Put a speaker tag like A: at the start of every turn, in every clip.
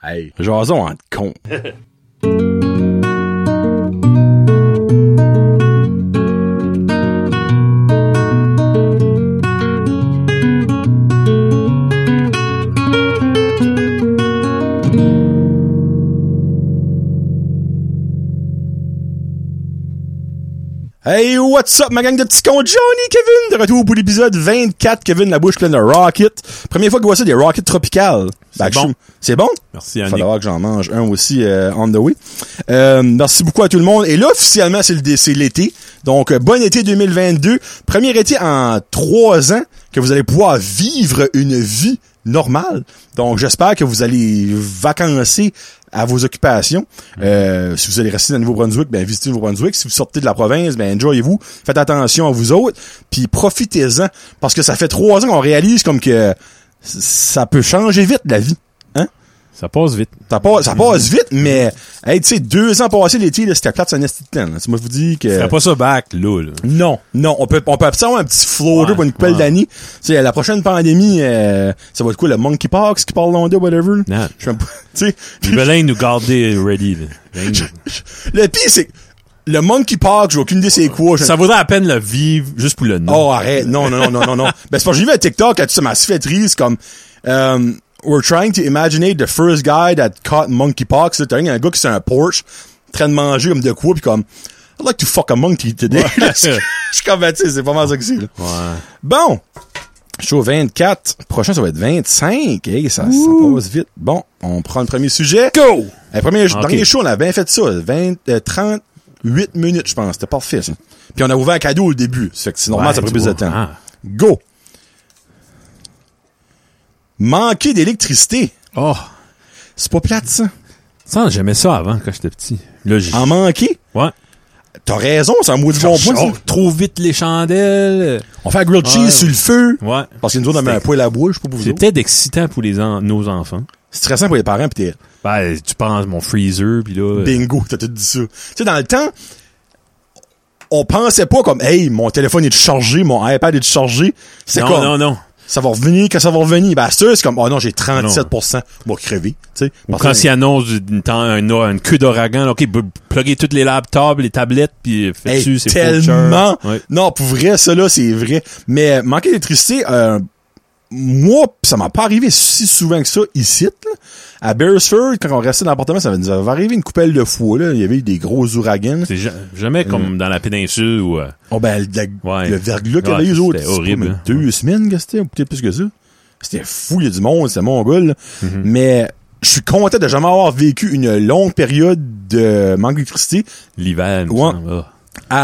A: Hey, jason en con. Hey, what's up, ma gang de petits cons? Johnny Kevin, de retour pour l'épisode 24. Kevin, la bouche pleine de Rocket. Première fois que je vois ça, des Rocket tropicales.
B: C'est
A: Ben,
B: bon.
A: je- C'est bon?
B: Merci,
A: Il
B: Annick.
A: faudra que j'en mange un aussi euh, on the way. Euh, merci beaucoup à tout le monde. Et là, officiellement, c'est le dé- c'est l'été. Donc, euh, bon été 2022. Premier été en trois ans que vous allez pouvoir vivre une vie normale. Donc, j'espère que vous allez vacancer à vos occupations. Euh, si vous allez rester dans le Nouveau-Brunswick, ben visitez le Nouveau-Brunswick. Si vous sortez de la province, ben enjoyez-vous. Faites attention à vous autres. Puis profitez-en. Parce que ça fait trois ans qu'on réalise comme que c- ça peut changer vite la vie. Hein?
B: Ça passe vite.
A: Ça passe, ça passe
B: Mm.
A: vite, mais, hey, tu sais, deux ans passés l'été, là, c'était plate, c'est un esti de temps, là. Tu m'as vous dit que...
B: Fais pas ça back, là. là.
A: Non, non, on peut, on peut absolument avoir un petit floater
B: Ouais,
A: pour une couple
B: ouais.
A: d'années. Tu sais, la prochaine pandémie, euh, ça va être quoi, le monkeypox qui parle l'onde, whatever?
B: Non. ben-
A: Je sais même pas, tu sais,
B: Ils veulent rien nous garder ready. là. Rien nous-
A: le pire, c'est, que le monkeypox, j'ai aucune idée c'est quoi. je-
B: Ça vaudrait la peine le vivre juste pour le nom.
A: Oh, arrête. Non, non, non, non, non, non. Ben, c'est pas, j'ai vu un TikTok là-dessus, ça m'a fait rire. C'est comme, um, we're trying to imaginate the first guy that caught monkeypox. Là, T'as rien, un gars qui c'est un Porsche, en train de manger comme de quoi, pis comme, I'd like to fuck a monkey today. Là, Je je suis comme, ben, tu sais, c'est pas mal ça que c'est, là.
B: Ouais.
A: Bon. Show 24. Prochain, ça va être 25. Hey, ça, ça passe vite. Bon, on prend le premier sujet.
B: Go!
A: Le premier,
B: Ok.
A: dernier show, on a bien fait ça. 20, euh, 38 minutes, je pense. C'était parfait, ça. Puis on a ouvert un cadeau au début. Ça fait que c'est hein. normal,
B: Ouais,
A: ça prend
B: tu
A: plus de
B: vois.
A: temps.
B: Ah.
A: Go! Manquer d'électricité.
B: Oh!
A: C'est pas plate, ça.
B: Ça, j'aimais ça avant, quand j'étais petit. Là, j'ai...
A: En manquer.
B: Ouais.
A: T'as raison, c'est un mot du bon point. ça.
B: Oh, trop vite les chandelles.
A: On fait un grilled cheese
B: Ouais.
A: sur le feu.
B: Ouais.
A: Parce que nous autres, on met un
B: C'était-
A: poêle à bois, je sais pas pour vous
B: C'est
A: autres.
B: peut-être excitant pour les en- nos enfants.
A: Stressant pour les parents, pis t'es
B: Ben, tu penses mon freezer, puis là... euh,
A: Bingo, t'as tout dit ça. Tu sais, dans le temps, on pensait pas comme, hey, mon téléphone est chargé, mon iPad est chargé. C'est
B: euh, non,
A: comme,
B: non, non.
A: ça va revenir quand ça va revenir. Ben, à ce c'est comme, oh non, j'ai 37%, bon, crever, tu sais.
B: Ou
A: Parce
B: quand
A: que-
B: ils annoncent une, temps- un- une queue d'ouragan, là, OK, bu- pluguez toutes les laptops, les tablettes, puis
A: Hey,
B: fais-tu, c'est
A: tellement.
B: future. Ouais.
A: Non, pour vrai, ça là, c'est vrai. Mais manquer d'électricité, euh, moi, ça m'a pas arrivé si souvent que ça ici. là. À Beresford, quand on restait dans l'appartement, ça nous avait arrivé une coupelle de fois. Là. Il y avait eu des gros ouragans.
B: C'est ja-
A: Mm.
B: jamais comme dans la péninsule ou euh,
A: Oh, ben, la-
B: Ouais.
A: le verglas qu'il y
B: Ouais,
A: avait eu, eux autres,
B: c'était
A: c'est
B: horrible,
A: comme
B: hein.
A: Deux semaines, que c'était, ou peut-être plus que ça. C'était fou, il y a du monde, c'était mon gars, là.
B: Mm-hmm.
A: Mais je suis content de jamais avoir vécu une longue période de manque d'électricité.
B: l'hiver. il me
A: Ouais.
B: semble. Ah.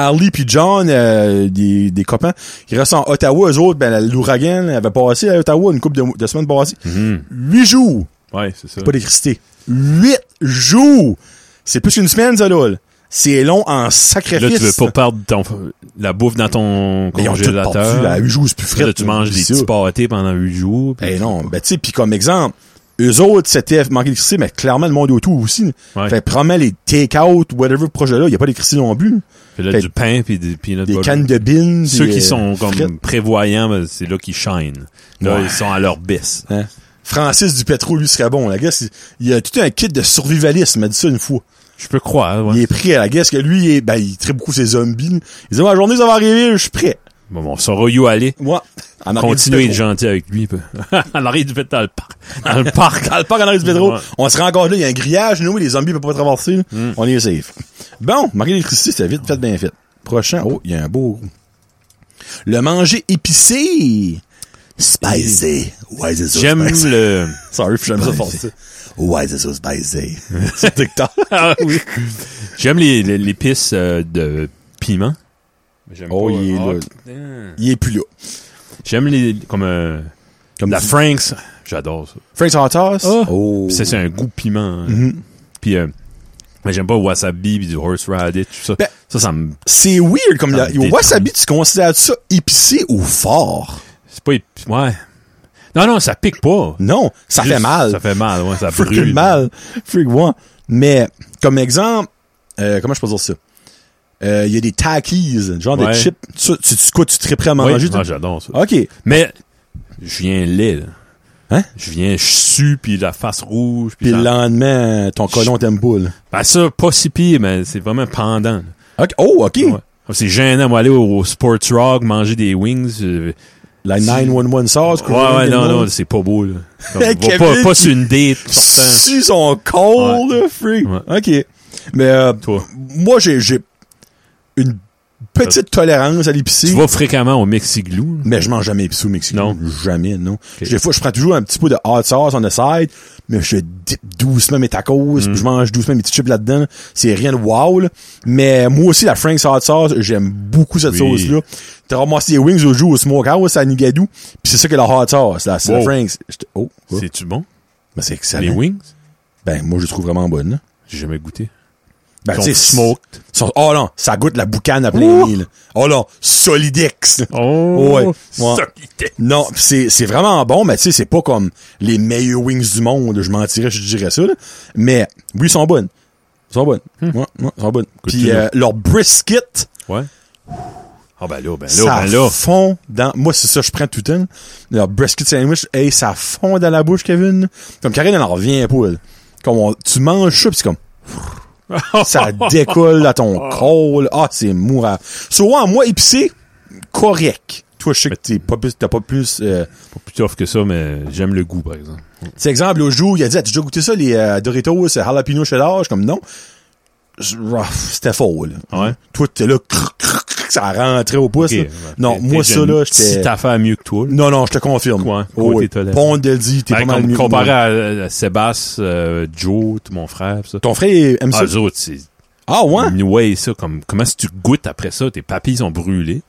A: Harley puis John, euh, des, des copains, qui restent en Ottawa, eux autres, ben, la- l'ouragan avait passé à Ottawa une couple de, de semaines passées.
B: Mhm.
A: Huit jours,
B: Ouais, c'est ça.
A: pas d'électricité. Huit jours! C'est plus qu'une semaine, ça, là. là. C'est long en
B: Là,
A: sacrifice.
B: tu veux pas perdre ton, la bouffe dans ton
A: Mais ils ont tout
B: congélateur.
A: perdu, là. À huit jours, c'est plus frais.
B: là, tu manges des
A: C'est
B: petits
A: ça.
B: pâtés pendant 8 jours. puis-
A: Eh non, ben tu sais, puis comme exemple, eux autres, c'était manquer d'électricité, mais clairement le monde autour aussi. là.
B: Ouais.
A: Fait probablement les take-out, whatever, projet là, il n'y a pas d'électricité non plus.
B: Puis là,
A: fait-
B: du pain puis des peanut
A: Des
B: butter.
A: cannes de bines.
B: Ceux
A: des,
B: qui
A: euh,
B: sont comme
A: frites.
B: prévoyants, ben, c'est là qu'ils shine. Là,
A: Ouais.
B: ils sont à leur baisse.
A: Hein? Francis Dupétro, lui, serait bon. La guess, il- il a tout un kit de survivalisme, il m'a dit ça une fois.
B: Je peux croire, ouais.
A: Il est prêt. La guess que lui, il, est, ben, il traite beaucoup ses zombies. là. Il dit, ma journée, ça va arriver, je suis prêt.
B: Bon, bon, on saura où aller.
A: Moi, en arrière
B: Continuez
A: du
B: de
A: Petro.
B: gentil avec lui. peu. en arrière du fait dans le parc. Dans le parc.
A: Dans le parc en arrière du Petro,
B: Ouais. Hmm.
A: on se rend encore là, il y a un grillage, nous, les zombies ne peuvent pas traverser. là. On est safe. Bon, manquer d'électricité, c'était vite, faites bien vite. Prochain, oh, il y a un beau... Le manger épicé. Spicy. Why is it so
B: J'aime
A: spicy?
B: le...
A: Sorry, j'aime ça fort, ça. Why is it so spicy? C'est TikTok.
B: Ah oui. J'aime les, les- l'épice euh, de piment. J'aime
A: Oh, il est là.
B: là.
A: Il est plus là.
B: J'aime les comme euh,
A: Comme
B: la
A: du-
B: Franks. J'adore ça.
A: Frank's Hot Sauce.
B: Ah.
A: Oh.
B: Puis ça, c'est un goût piment. hein.
A: Mhm.
B: Puis euh, mais j'aime pas le wasabi puis du horseradish tout ça.
A: Ben-
B: ça ça me
A: C'est weird comme
B: Ça
A: la-
B: me
A: le
B: détruit.
A: wasabi, tu considères ça épicé ou fort?
B: c'est pas épi- ouais. Non non, ça pique pas.
A: Non, ça
B: Juste,
A: fait mal.
B: Ça fait mal, ouais, ça
A: Freaking
B: brûle.
A: mal. Freak one. Mais comme exemple, euh, comment je peux dire ça? Euh, Il y a des takis, genre des
B: Ouais.
A: chips. Tu, tu, tu, quoi, tu triperais à
B: Ouais,
A: manger? Ah.
B: moi,
A: tu-
B: j'adore ça.
A: ok.
B: Mais je viens laid. là.
A: Hein?
B: Je viens, je sue, puis la face rouge. Puis
A: Puis le
B: ça-
A: lendemain, ton colon t'aime boule.
B: Ben ça, pas si pire, mais c'est vraiment pendant. là.
A: Ok. Oh, OK.
B: Ouais. C'est gênant, moi, aller au, au Sports Rock, manger des wings. euh,
A: La 911 sauce.
B: Ouais, ouais, non, non, c'est pas beau, là. Comme, va
A: Kevin
B: pas, pas
A: qui-
B: sur une date, sortant.
A: Su son col, là, free. OK. Mais euh,
B: Toi.
A: moi, j'ai j'ai une petite tolérance à l'épicé.
B: Tu vas fréquemment au Mexiglou.
A: Mais je mange jamais épicé au Mexique.
B: Non.
A: Jamais, non. Des fois, je prends toujours un petit peu de hot sauce on the side, mais je dip doucement mes
B: Mm.
A: tacos, puis je mange doucement mes petits chips là-dedans. C'est rien de wow, là. Mais moi aussi, la Frank's hot sauce, j'aime beaucoup cette
B: Oui.
A: sauce-là. T'as ramassé des wings au jour au smokehouse à Nigadou, puis c'est ça que la hot sauce, là. C'est la
B: Wow.
A: Frank's. J'étais- Oh, quoi?
B: C'est-tu bon?
A: Ben, c'est
B: Les
A: excellent.
B: wings?
A: Ben, moi, je les trouve vraiment bonne, là.
B: J'ai jamais goûté.
A: Ben,
B: Ils sont
A: tu sais,
B: smoked.
A: sont- oh non, ça goûte la boucane à plein
B: Ouh.
A: nez, là. Oh non, Solidex.
B: Oh!
A: Ouais. Ouais.
B: solide.
A: Non, pis c'est c'est vraiment bon, mais tu sais, c'est pas comme les meilleurs wings du monde. Je mentirais, je dirais ça. là. Mais oui, ils sont bonnes. Ils sont bonnes.
B: Hmm.
A: Ouais, ouais, ils sont bonnes. Puis
B: Goûte-le.
A: euh, leur brisket,
B: Ouais. Ah ben là, ben là,
A: ça
B: ben là.
A: fond dans... Moi, c'est ça, je prends tout le temps. Leur brisket sandwich, hey, ça fond dans la bouche, Kevin. Comme Karine, elle en revient pas. elle. Comme on- tu manges ça, pis c'est comme... ça décolle à ton col. Ah, c'est mourant. Souvent, moi, épicé, correct. Toi, je sais que t'es pas plus... T'as pas plus... euh,
B: Pas plus tough que ça, mais j'aime le goût, par exemple.
A: C'est exemple, au jour, il a dit, as-tu déjà goûté ça, les euh, Doritos euh, jalapeno cheddar? Je suis comme, non. Je- rough, C'était faux, là.
B: Ouais.
A: Toi, t'es là, crrr, crrr, crrr, ça rentrait au pouce.
B: Ok,
A: là.
B: ouais.
A: Non,
B: T'es-
A: moi,
B: t'es
A: ça,
B: une
A: là,
B: petite
A: j'étais...
B: affaire mieux que toi. là.
A: Non, non, je te confirme.
B: Ouais,
A: Oh,
B: côté
A: oui.
B: tolérant.
A: Pas on te le dit, t'es
B: Ben,
A: pas mal
B: comme
A: mieux. que
B: comparé
A: moi.
B: à, à Sébastien, euh, Joe, tout mon frère, pis ça.
A: Ton frère aime
B: Ah,
A: ça?
B: eux autres, c'est
A: Ah, ouais?
B: une way, ça. Comme, comment si tu goûtes après ça, tes papilles sont brûlées.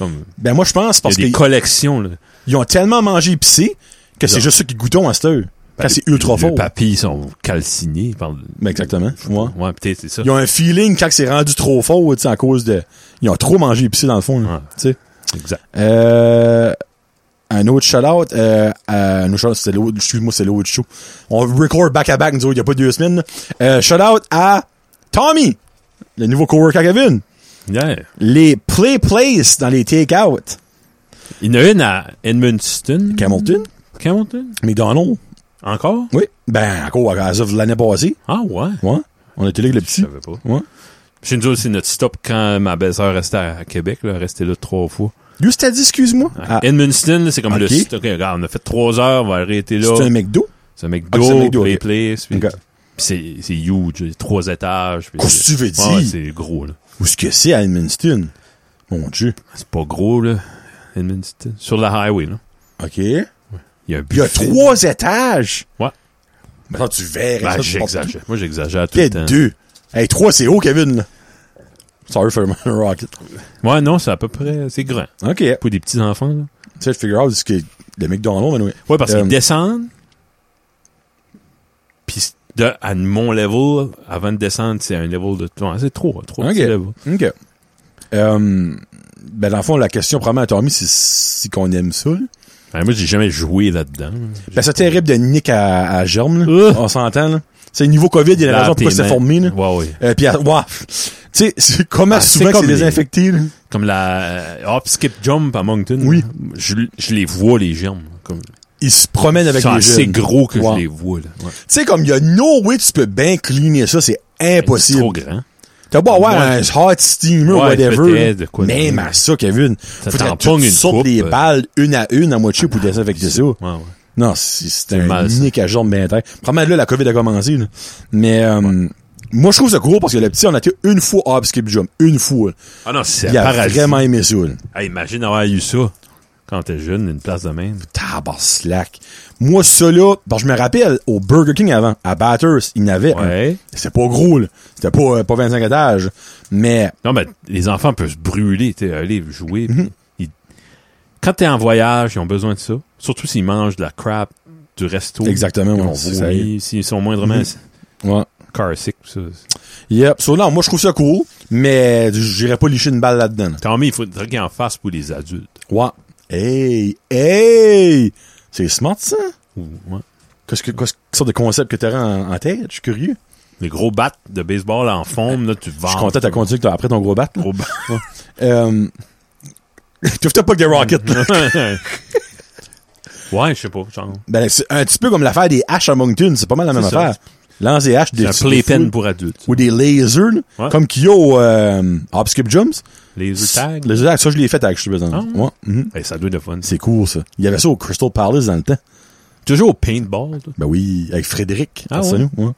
B: Comme,
A: Ben, moi, je pense,
B: il y
A: parce
B: a des
A: qu'ils
B: collections, là.
A: ont tellement mangé épicé que c'est
B: Non.
A: juste ça qui goûtons à cette
B: Ben,
A: heure. Quand c'est ultra
B: Les
A: fort.
B: papilles sont calcinées par le-
A: Ben, exactement. Ouais.
B: Ouais, peut-être, c'est ça.
A: Ils ont un feeling quand c'est rendu trop fort, tu sais, à cause de... Ils ont trop mangé épicé, dans le fond, là.
B: Ouais.
A: Tu sais.
B: Exact.
A: Euh, un autre shout-out. Euh, euh, un autre shout-out, c'était l'autre. Excuse-moi, c'est l'autre show. On record back-à-back, nous autres, il n'y a pas deux semaines. là. Euh, shout-out à Tommy, le nouveau coworker à Kevin.
B: Yeah.
A: Les play place dans les take-out.
B: Il y en a une à Edmundston.
A: Hamilton,
B: Camelton?
A: McDonald's.
B: Encore?
A: Oui. Ben, encore, à cause de l'année passée.
B: Ah ouais?
A: Ouais. On était là avec le
B: Je
A: petit.
B: savais pas.
A: Ouais.
B: Chez nous, autres, c'est notre stop quand ma belle-sœur restait à Québec, là, elle restait là trois fois.
A: Lui, c'était dit, excuse-moi.
B: À
A: Ah,
B: Edmundston, là, c'est comme le
A: Ok.
B: stop. OK, regarde, on a fait trois heures, on va arrêter là.
A: c'est un McDo.
B: C'est un
A: Ah, c'est un
B: McDo,
A: McDo,
B: Play
A: ok.
B: Place. Puis,
A: Ok.
B: puis c'est, c'est huge, là, trois étages. puis-
A: Qu'est-ce que tu veux dire?
B: Ouais, c'est gros, là.
A: Où est-ce que c'est à Edmundston? Mon Dieu.
B: C'est pas gros, là, Edmundston. Sur la highway, là.
A: OK. Il
B: Il y a un
A: y a
B: buffet.
A: trois étages.
B: Ouais.
A: Maintenant, tu verrais ça
B: Ben,
A: de partout.
B: j'exagère. Moi, j'exagère tout le
A: Peut-être
B: temps.
A: deux. Hey, trois, c'est haut, Kevin. là. Sorry for my rocket.
B: Ouais, non, c'est à peu près, c'est grand.
A: OK. Tu
B: Pour des petits-enfants, là.
A: sais, je figure out ce que le McDonald's, ben oui.
B: Ouais, parce
A: Euh,
B: qu'ils descendent. Puis de, à mon level, avant de descendre, c'est un level de. ouais, c'est trois, trois petits levels.
A: OK. OK. Euh, ben, dans le fond, la question, probablement, à Tommy, c'est si qu'on aime ça. là.
B: Ouais, Ben, moi, j'ai jamais joué là-dedans.
A: Ben, c'est terrible de nick à, à germe, là.
B: Ouh.
A: On s'ent'entend, là. C'est niveau COVID, il y a la
B: Lave
A: raison pourquoi
B: Ah, tes
A: c'est
B: mains.
A: formé, là.
B: Ouais, ouais.
A: Euh, puis, à- ouais. Tu sais, c'est- comment
B: Ah, c'est
A: souvent que c'est
B: comme les-
A: désinfecté, là?
B: Comme la euh, hop, skip, jump à Moncton.
A: Oui.
B: là. Je, je les vois, les germes. Comme,
A: Ils se promènent avec
B: ils sont
A: les
B: assez
A: jeunes. Tu
B: gros que
A: Ouais.
B: je les vois. Là. Ouais.
A: sais, comme il y a no way tu peux bien cleaner ça, c'est
B: C'est
A: impossible.
B: trop grand.
A: T'as beau avoir
B: Ouais.
A: un hot steamer
B: Ouais,
A: whatever.
B: peut-être, de quoi de-
A: même à ça, Kevin. Faudrait
B: t'en
A: que tu
B: pogne une
A: sortes
B: coupe,
A: les
B: euh.
A: balles une à une à moitié pour désinfecter ça.
B: Ouais, ouais.
A: Non, c'est c'est un
B: mal, ça.
A: nick à jambe bien terre. Probablement là, la COVID a commencé. Là. Mais euh, moi, je trouve ça gros parce que le petit, on a été une fois hop skip jump. Une fois.
B: Ah non, c'est
A: Il
B: un
A: a
B: paradis.
A: vraiment aimé ça. là.
B: Hey, imagine avoir eu ça quand t'es jeune, une place de même.
A: Tabarnak. Moi, ça là, parce que je me rappelle, au Burger King avant, à Batters, il y en avait un.
B: Ouais.
A: C'était pas gros, là. C'était pas, euh, pas 25 étages. Mais
B: Non, mais les enfants peuvent se brûler, tu sais, aller jouer.
A: Mhm.
B: puis ils- Quand t'es en voyage, ils ont besoin de ça. Surtout s'ils mangent de la crap du resto.
A: Exactement,
B: Ils
A: ouais,
B: vont
A: c'est ça. Mhm.
B: vomir. S'ils sont moindrement
A: ouais.
B: car sick, tout ça.
A: Yep. So, non, moi, je trouve ça cool, mais j'irais pas licher une balle là-dedans. là.
B: Tant mieux, il faut faudrait qu'ils en fassent pour les adultes.
A: Ouais. Hey! Hey! C'est smart, ça?
B: Ou, ouais.
A: Qu'est-ce que, qu'est-ce que sorte de concept que t'aurais en, en tête? Je suis curieux.
B: Les gros battes de baseball en forme, là, tu
A: Je
B: vends.
A: suis content de ta conduite que t'as après ton gros bat. là.
B: Gros battes.
A: Euh, tu fais pas que des rockets, là.
B: Ouais, je sais pas. genre,
A: Ben, c'est un petit peu comme l'affaire des haches à Moncton, c'est pas mal la
B: C'est
A: même
B: ça.
A: affaire. Lance des haches,
B: C'est
A: des
B: un
A: des foules,
B: playpen pour adultes.
A: ou des lasers, là,
B: Ouais.
A: comme qu'il y a au euh, Hopskip Jumps.
B: Les œufs tags.
A: Les œufs tags, ça je l'ai fait avec Super Zone.
B: Ah.
A: Ouais, mhm.
B: Eh, ça doit être le fun.
A: C'est cool ça. Il y avait ça au Crystal Palace dans le temps.
B: Toujours au paintball. toi.
A: Ben oui, avec Frédéric.
B: Ah
A: pensez-nous, ouais.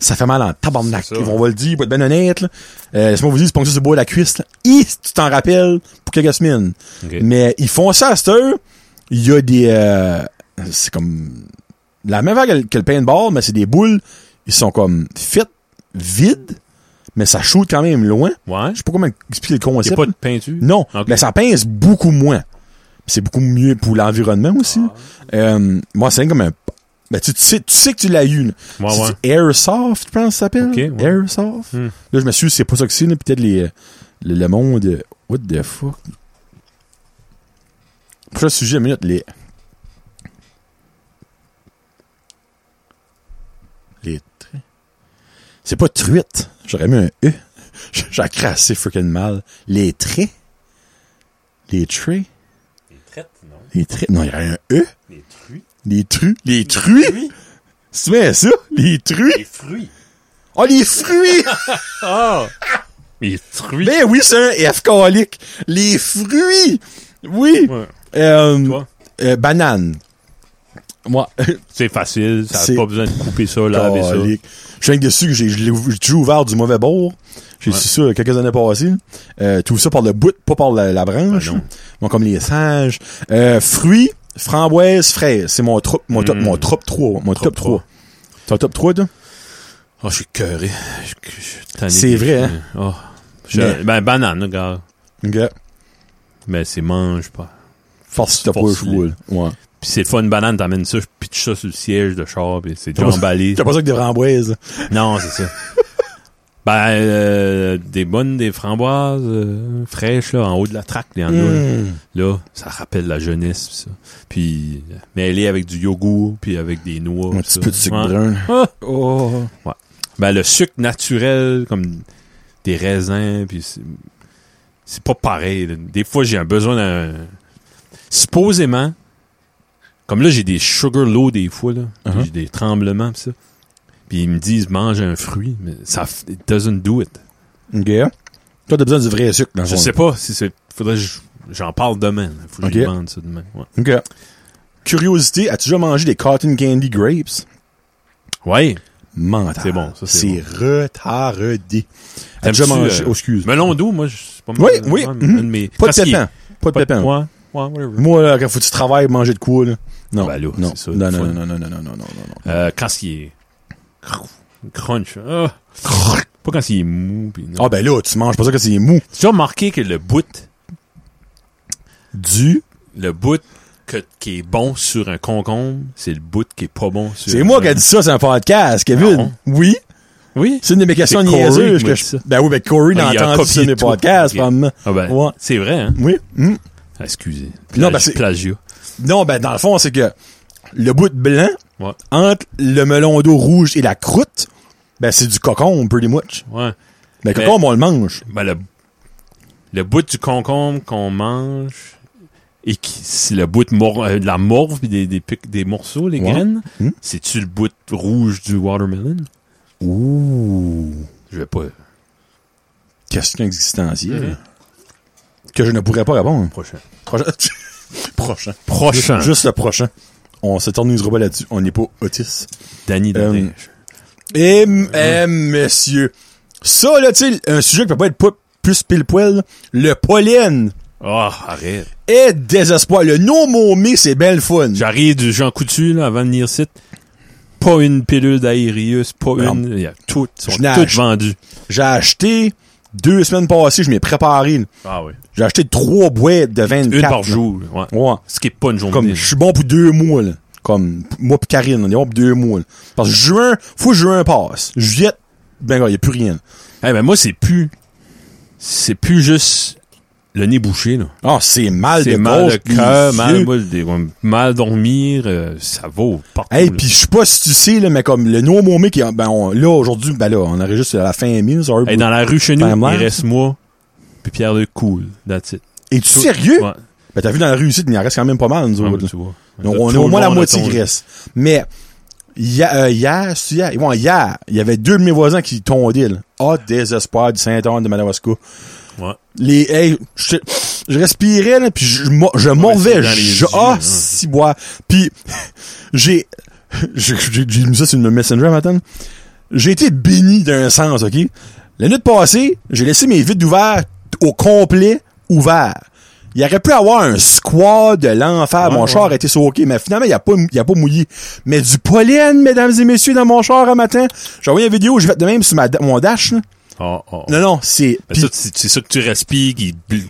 A: Ça fait mal en tabarnak.
B: C'est ça.
A: On va le dire, pour être ben honnête. là. Euh, Laisse-moi vous dire, c'est pas que ça se boit à la cuisse. Là. Hi, si tu t'en rappelles pour quelques semaines.
B: Ok.
A: Mais ils font ça à cette heure. Il y a des... euh, c'est comme... La même vague que le- que le paintball, mais c'est des boules. Ils sont comme faites, vides, mais ça shoot quand même loin.
B: Ouais.
A: Je sais pas comment expliquer le
B: Il n'y
A: concept.
B: a pas de peinture.
A: Non,
B: Ok.
A: mais ça pince beaucoup moins. C'est beaucoup mieux pour l'environnement aussi.
B: Ah.
A: Euh, moi, c'est comme un... Ben, tu, tu sais, tu sais que tu l'as eu. là.
B: Ouais,
A: C'est
B: ouais.
A: du Airsoft, je pense que ça s'appelle.
B: Ok, ouais.
A: Mm. Airsoft.
B: Hmm.
A: Là, je me suis dit, c'est pas ça que c'est. là. Peut-être les, euh, le, le monde... euh, What the fuck? Prochain sujet, minute. Les... Les... tr- C'est pas truite. J'aurais mis un E. J'ai crassé freaking mal. Les traits. Les traits.
B: Les traites, non.
A: Les traits. Non, il y a un E.
B: Les
A: Les truies. Les truies? C'est bien ça? Les truies?
B: fruits.
A: Oh, les fruits!
B: Ah! Les fruits.
A: ben oui, c'est un F calique. Les fruits! Oui!
B: Ouais.
A: Euh,
B: Toi?
A: euh, banane. Moi,
B: C'est facile. Ça
A: C'est-
B: n'a pas besoin de couper ça, laver ça.
A: calique. Je suis rien que dessus que j'ai je l'ai ou- j'ai toujours ouvert du mauvais bord. J'ai
B: Ouais.
A: su ça quelques années passées. Euh, tout ça par le bout, pas par la, la branche.
B: Ben non.
A: Bon, comme les singes. Euh, fruits, framboises, fraises. C'est mon top, mon top,
B: Mm.
A: mon top 3. Mon top 3.
B: trois.
A: Ton top 3, toi?
B: Oh, je suis cœuré. Je- je- je suis tanné
A: C'est
B: des
A: vrai, hein?
B: fruits. Oh. Je-
A: Mais-
B: Ben, banane, là, gars.
A: Ok.
B: Mais c'est mange pas.
A: Force, t'as pas le
B: Force,
A: choix, là. Ouais.
B: Puis c'est le fun, une banane, t'amènes ça, je pitch ça sur le siège de char, pis c'est déjà
A: pas-
B: emballé.
A: T'as pas ça que des framboises.
B: Non, c'est ça. ben, euh, des bonnes, des framboises euh, fraîches, là, en haut de la traque, les en a,
A: Mm.
B: Là, ça rappelle la jeunesse, pis ça. Puis, euh, mêlé avec du yogourt, puis avec des noix.
A: Un
B: pis
A: petit
B: ça.
A: peu de sucre
B: Ouais.
A: brun.
B: Ah!
A: Oh.
B: Ben, le sucre naturel, comme des raisins, puis c'est- c'est pas pareil. là. Des fois, j'ai un besoin d'un... Supposément, comme là, j'ai des sugar low des fois, là.
A: Uh-huh.
B: J'ai des tremblements, pis ça. Puis ils me disent, mange un fruit, mais ça f- it doesn't do it.
A: Ok. Toi, t'as besoin du vrai sucre, dans le
B: Je
A: fond.
B: sais pas si c'est... Faudrait que je- j'en parle demain. là. Faut que je
A: Ok.
B: lui demande ça demain. Ouais.
A: Ok. Curiosité, as-tu déjà mangé des cotton candy grapes?
B: Ouais.
A: Mental.
B: C'est bon, ça, c'est
A: C'est retardé. As-tu
B: T'aimes-tu,
A: déjà mangé?
B: euh,
A: Oh, excuse.
B: Melon d'eau, moi, je- c'est pas
A: Oui, oui,
B: un
A: mhm.
B: de mes-
A: Pas de
B: parce qu'il-
A: pépins. Pas de
B: Pas de
A: pépins.
B: Ouais, ouais, whatever.
A: Moi, là, quand faut que tu travailles, manger de quoi, là? Non.
B: Ben là,
A: non.
B: c'est ça,
A: non,
B: le
A: non,
B: fun.
A: non, non, non, non, non, non, non.
B: Euh, quand il est crou- crunch. ah. Pas quand il est mou. pis non.
A: Ah, ben là, tu manges pas ça quand c'est mou.
B: Tu as remarqué que le bout,
A: Du.
B: le bout que- qui est bon sur un concombre, c'est le bout qui est pas bon sur
A: C'est moi
B: un-
A: qui ai dit ça, c'est un podcast, Kevin.
B: Euh, Non.
A: Oui.
B: Oui.
A: C'est une de mes questions
B: C'est Corey
A: niaiseuses
B: qui
A: que
B: m'a
A: je-
B: dit ça.
A: Ben oui, ben Corey
B: Ah,
A: l'a
B: il a
A: entendu
B: copié
A: sur mes
B: tout.
A: podcasts,
B: Ok.
A: probablement.
B: Ah ben,
A: Ouais.
B: C'est vrai, hein?
A: Oui. Hmm.
B: Ah, Excusez.
A: Non,
B: Plagi-
A: ben, c'est-
B: plagiat.
A: Non, ben dans le fond, c'est que le bout de blanc
B: Ouais.
A: entre le melon d'eau rouge et la croûte, ben c'est du cocon, pretty much.
B: Ouais.
A: Ben
B: Mais-
A: cocon, on le mange.
B: Ben, le, le bout du concombre qu'on mange et qui, c'est le bout de, mor- euh, de la morve pis des, des, pic- des morceaux, les
A: Ouais.
B: graines,
A: Hmm.
B: c'est-tu le bout rouge du watermelon?
A: Ouh.
B: Je vais pas.
A: Question existentielle.
B: Mhm.
A: Que je ne pourrais pas répondre.
B: Prochain.
A: Prochain. prochain.
B: Prochain.
A: Juste le prochain. On s'éternisera pas là-dessus. On n'est pas autiste.
B: Danny
A: Euh,
B: Deneige.
A: Eh,
B: Mhm.
A: m- eh, monsieur. Ça, là, tu sais, un sujet qui peut pas être pas plus pile-poil. Le pollen
B: Ah, arrête.
A: est désespoir. Le nom momé, c'est belle fun.
B: J'arrive du Jean Coutu, là, avant de venir ici. Pas une pilule d'Aérius, pas
A: Non.
B: une. Il y a toutes, sont
A: Je n'ai
B: toutes
A: acheté-
B: vendues.
A: J'ai acheté deux semaines passées, je m'ai préparé. là.
B: Ah oui.
A: J'ai acheté trois boîtes de 24.
B: Une par
A: là.
B: jour, ouais.
A: Ouais.
B: Ce qui est pas une journée.
A: Comme, je suis bon pour deux mois, là. Comme, p- moi pis Karine, on est bon pour deux mois, là. Parce que juin, faut que juin passe. Juillet, ben, gars, y a plus rien.
B: Eh ben, moi, c'est plus. C'est plus juste le nez bouché, là.
A: Ah, c'est mal de
B: C'est mal
A: gauche,
B: de
A: les
B: cœur, mal,
A: yeux.
B: moi, des- mal dormir, euh, ça vaut partout.
A: Hey,
B: là.
A: pis je sais pas si tu sais, là, mais comme, le no momé qui, ben, on- là, aujourd'hui, ben là, on aurait juste à la fin mai, ça aurait-
B: Hey, dans la rue chez nous,
A: Ben,
B: il
A: merde.
B: reste moi, puis Pierre de Cool, that's it.
A: Es-tu
B: Tout-
A: sérieux?
B: Ouais,
A: Ben, t'as vu dans la rue ici, il en reste quand même pas mal, nous
B: ouais,
A: autres, là.
B: tu vois.
A: Donc,
B: Là,
A: on
B: tout
A: a au
B: le
A: moins la
B: monde a
A: moitié
B: tombé.
A: graisse. Mais, hier, euh, hier, c'est hier, bon, hier, il y avait deux de mes voisins qui tondaient, là. Ah, désespoir du Saint-Anne de Madawaska.
B: Ouais.
A: Les, hey, je, je respirais, là, puis je, mo- je
B: c'est
A: morvais.
B: dans les
A: Je,
B: yeux,
A: ah,
B: hein.
A: si, bois. Puis, j'ai, j'ai j'ai- j'ai mis ça sur une messenger, matin. J'ai été béni d'un sens, OK? La nuit passée, j'ai laissé mes vides ouverts au complet ouverts. Il aurait pu avoir un squat de l'enfer.
B: Ouais,
A: mon
B: ouais.
A: char était sauqué, mais finalement, il a pas, il a pas mouillé. Mais du pollen, mesdames et messieurs, dans mon char un matin. J'ai envoyé une vidéo, j'ai fait de même sur ma, da- mon dash, là.
B: Ah, ah, ah.
A: Non, non, c'est,
B: Ben,
A: pis-
B: ça, c'est c'est ça que tu respires qui bl-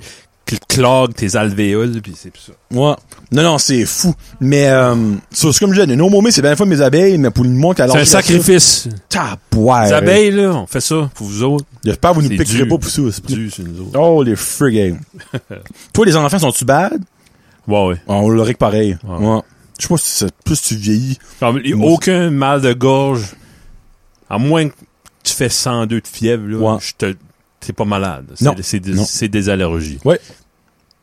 B: qui clogue tes alvéoles, puis c'est ça.
A: Ouais. Non, non, c'est fou. Mais, euh, ça, c'est comme je disais, nos moments, c'est bien la fois de mes abeilles, mais pour le monde qui a
B: C'est un sacrifice.
A: Tabouère.
B: Les abeilles, là, on fait ça pour vous autres.
A: J'espère que vous nous
B: C'est
A: piquerez
B: dur.
A: pas pour ça. c'est plus-
B: Du, c'est nous autres.
A: Oh, les frigging. Toi, les enfants, sont-tu bad?
B: Ouais, ouais.
A: Ah, on l'aurait que pareil.
B: Ouais.
A: Ouais. Je sais pas si c'est- plus tu vieillis.
B: Comme, y a
A: Moi,
B: aucun mal de gorge, à moins que tu fais 102 de fièvre, là,
A: Ouais.
B: je te, t'es pas malade.
A: Non.
B: C'est, c'est des,
A: Non.
B: c'est des allergies.
A: Ouais.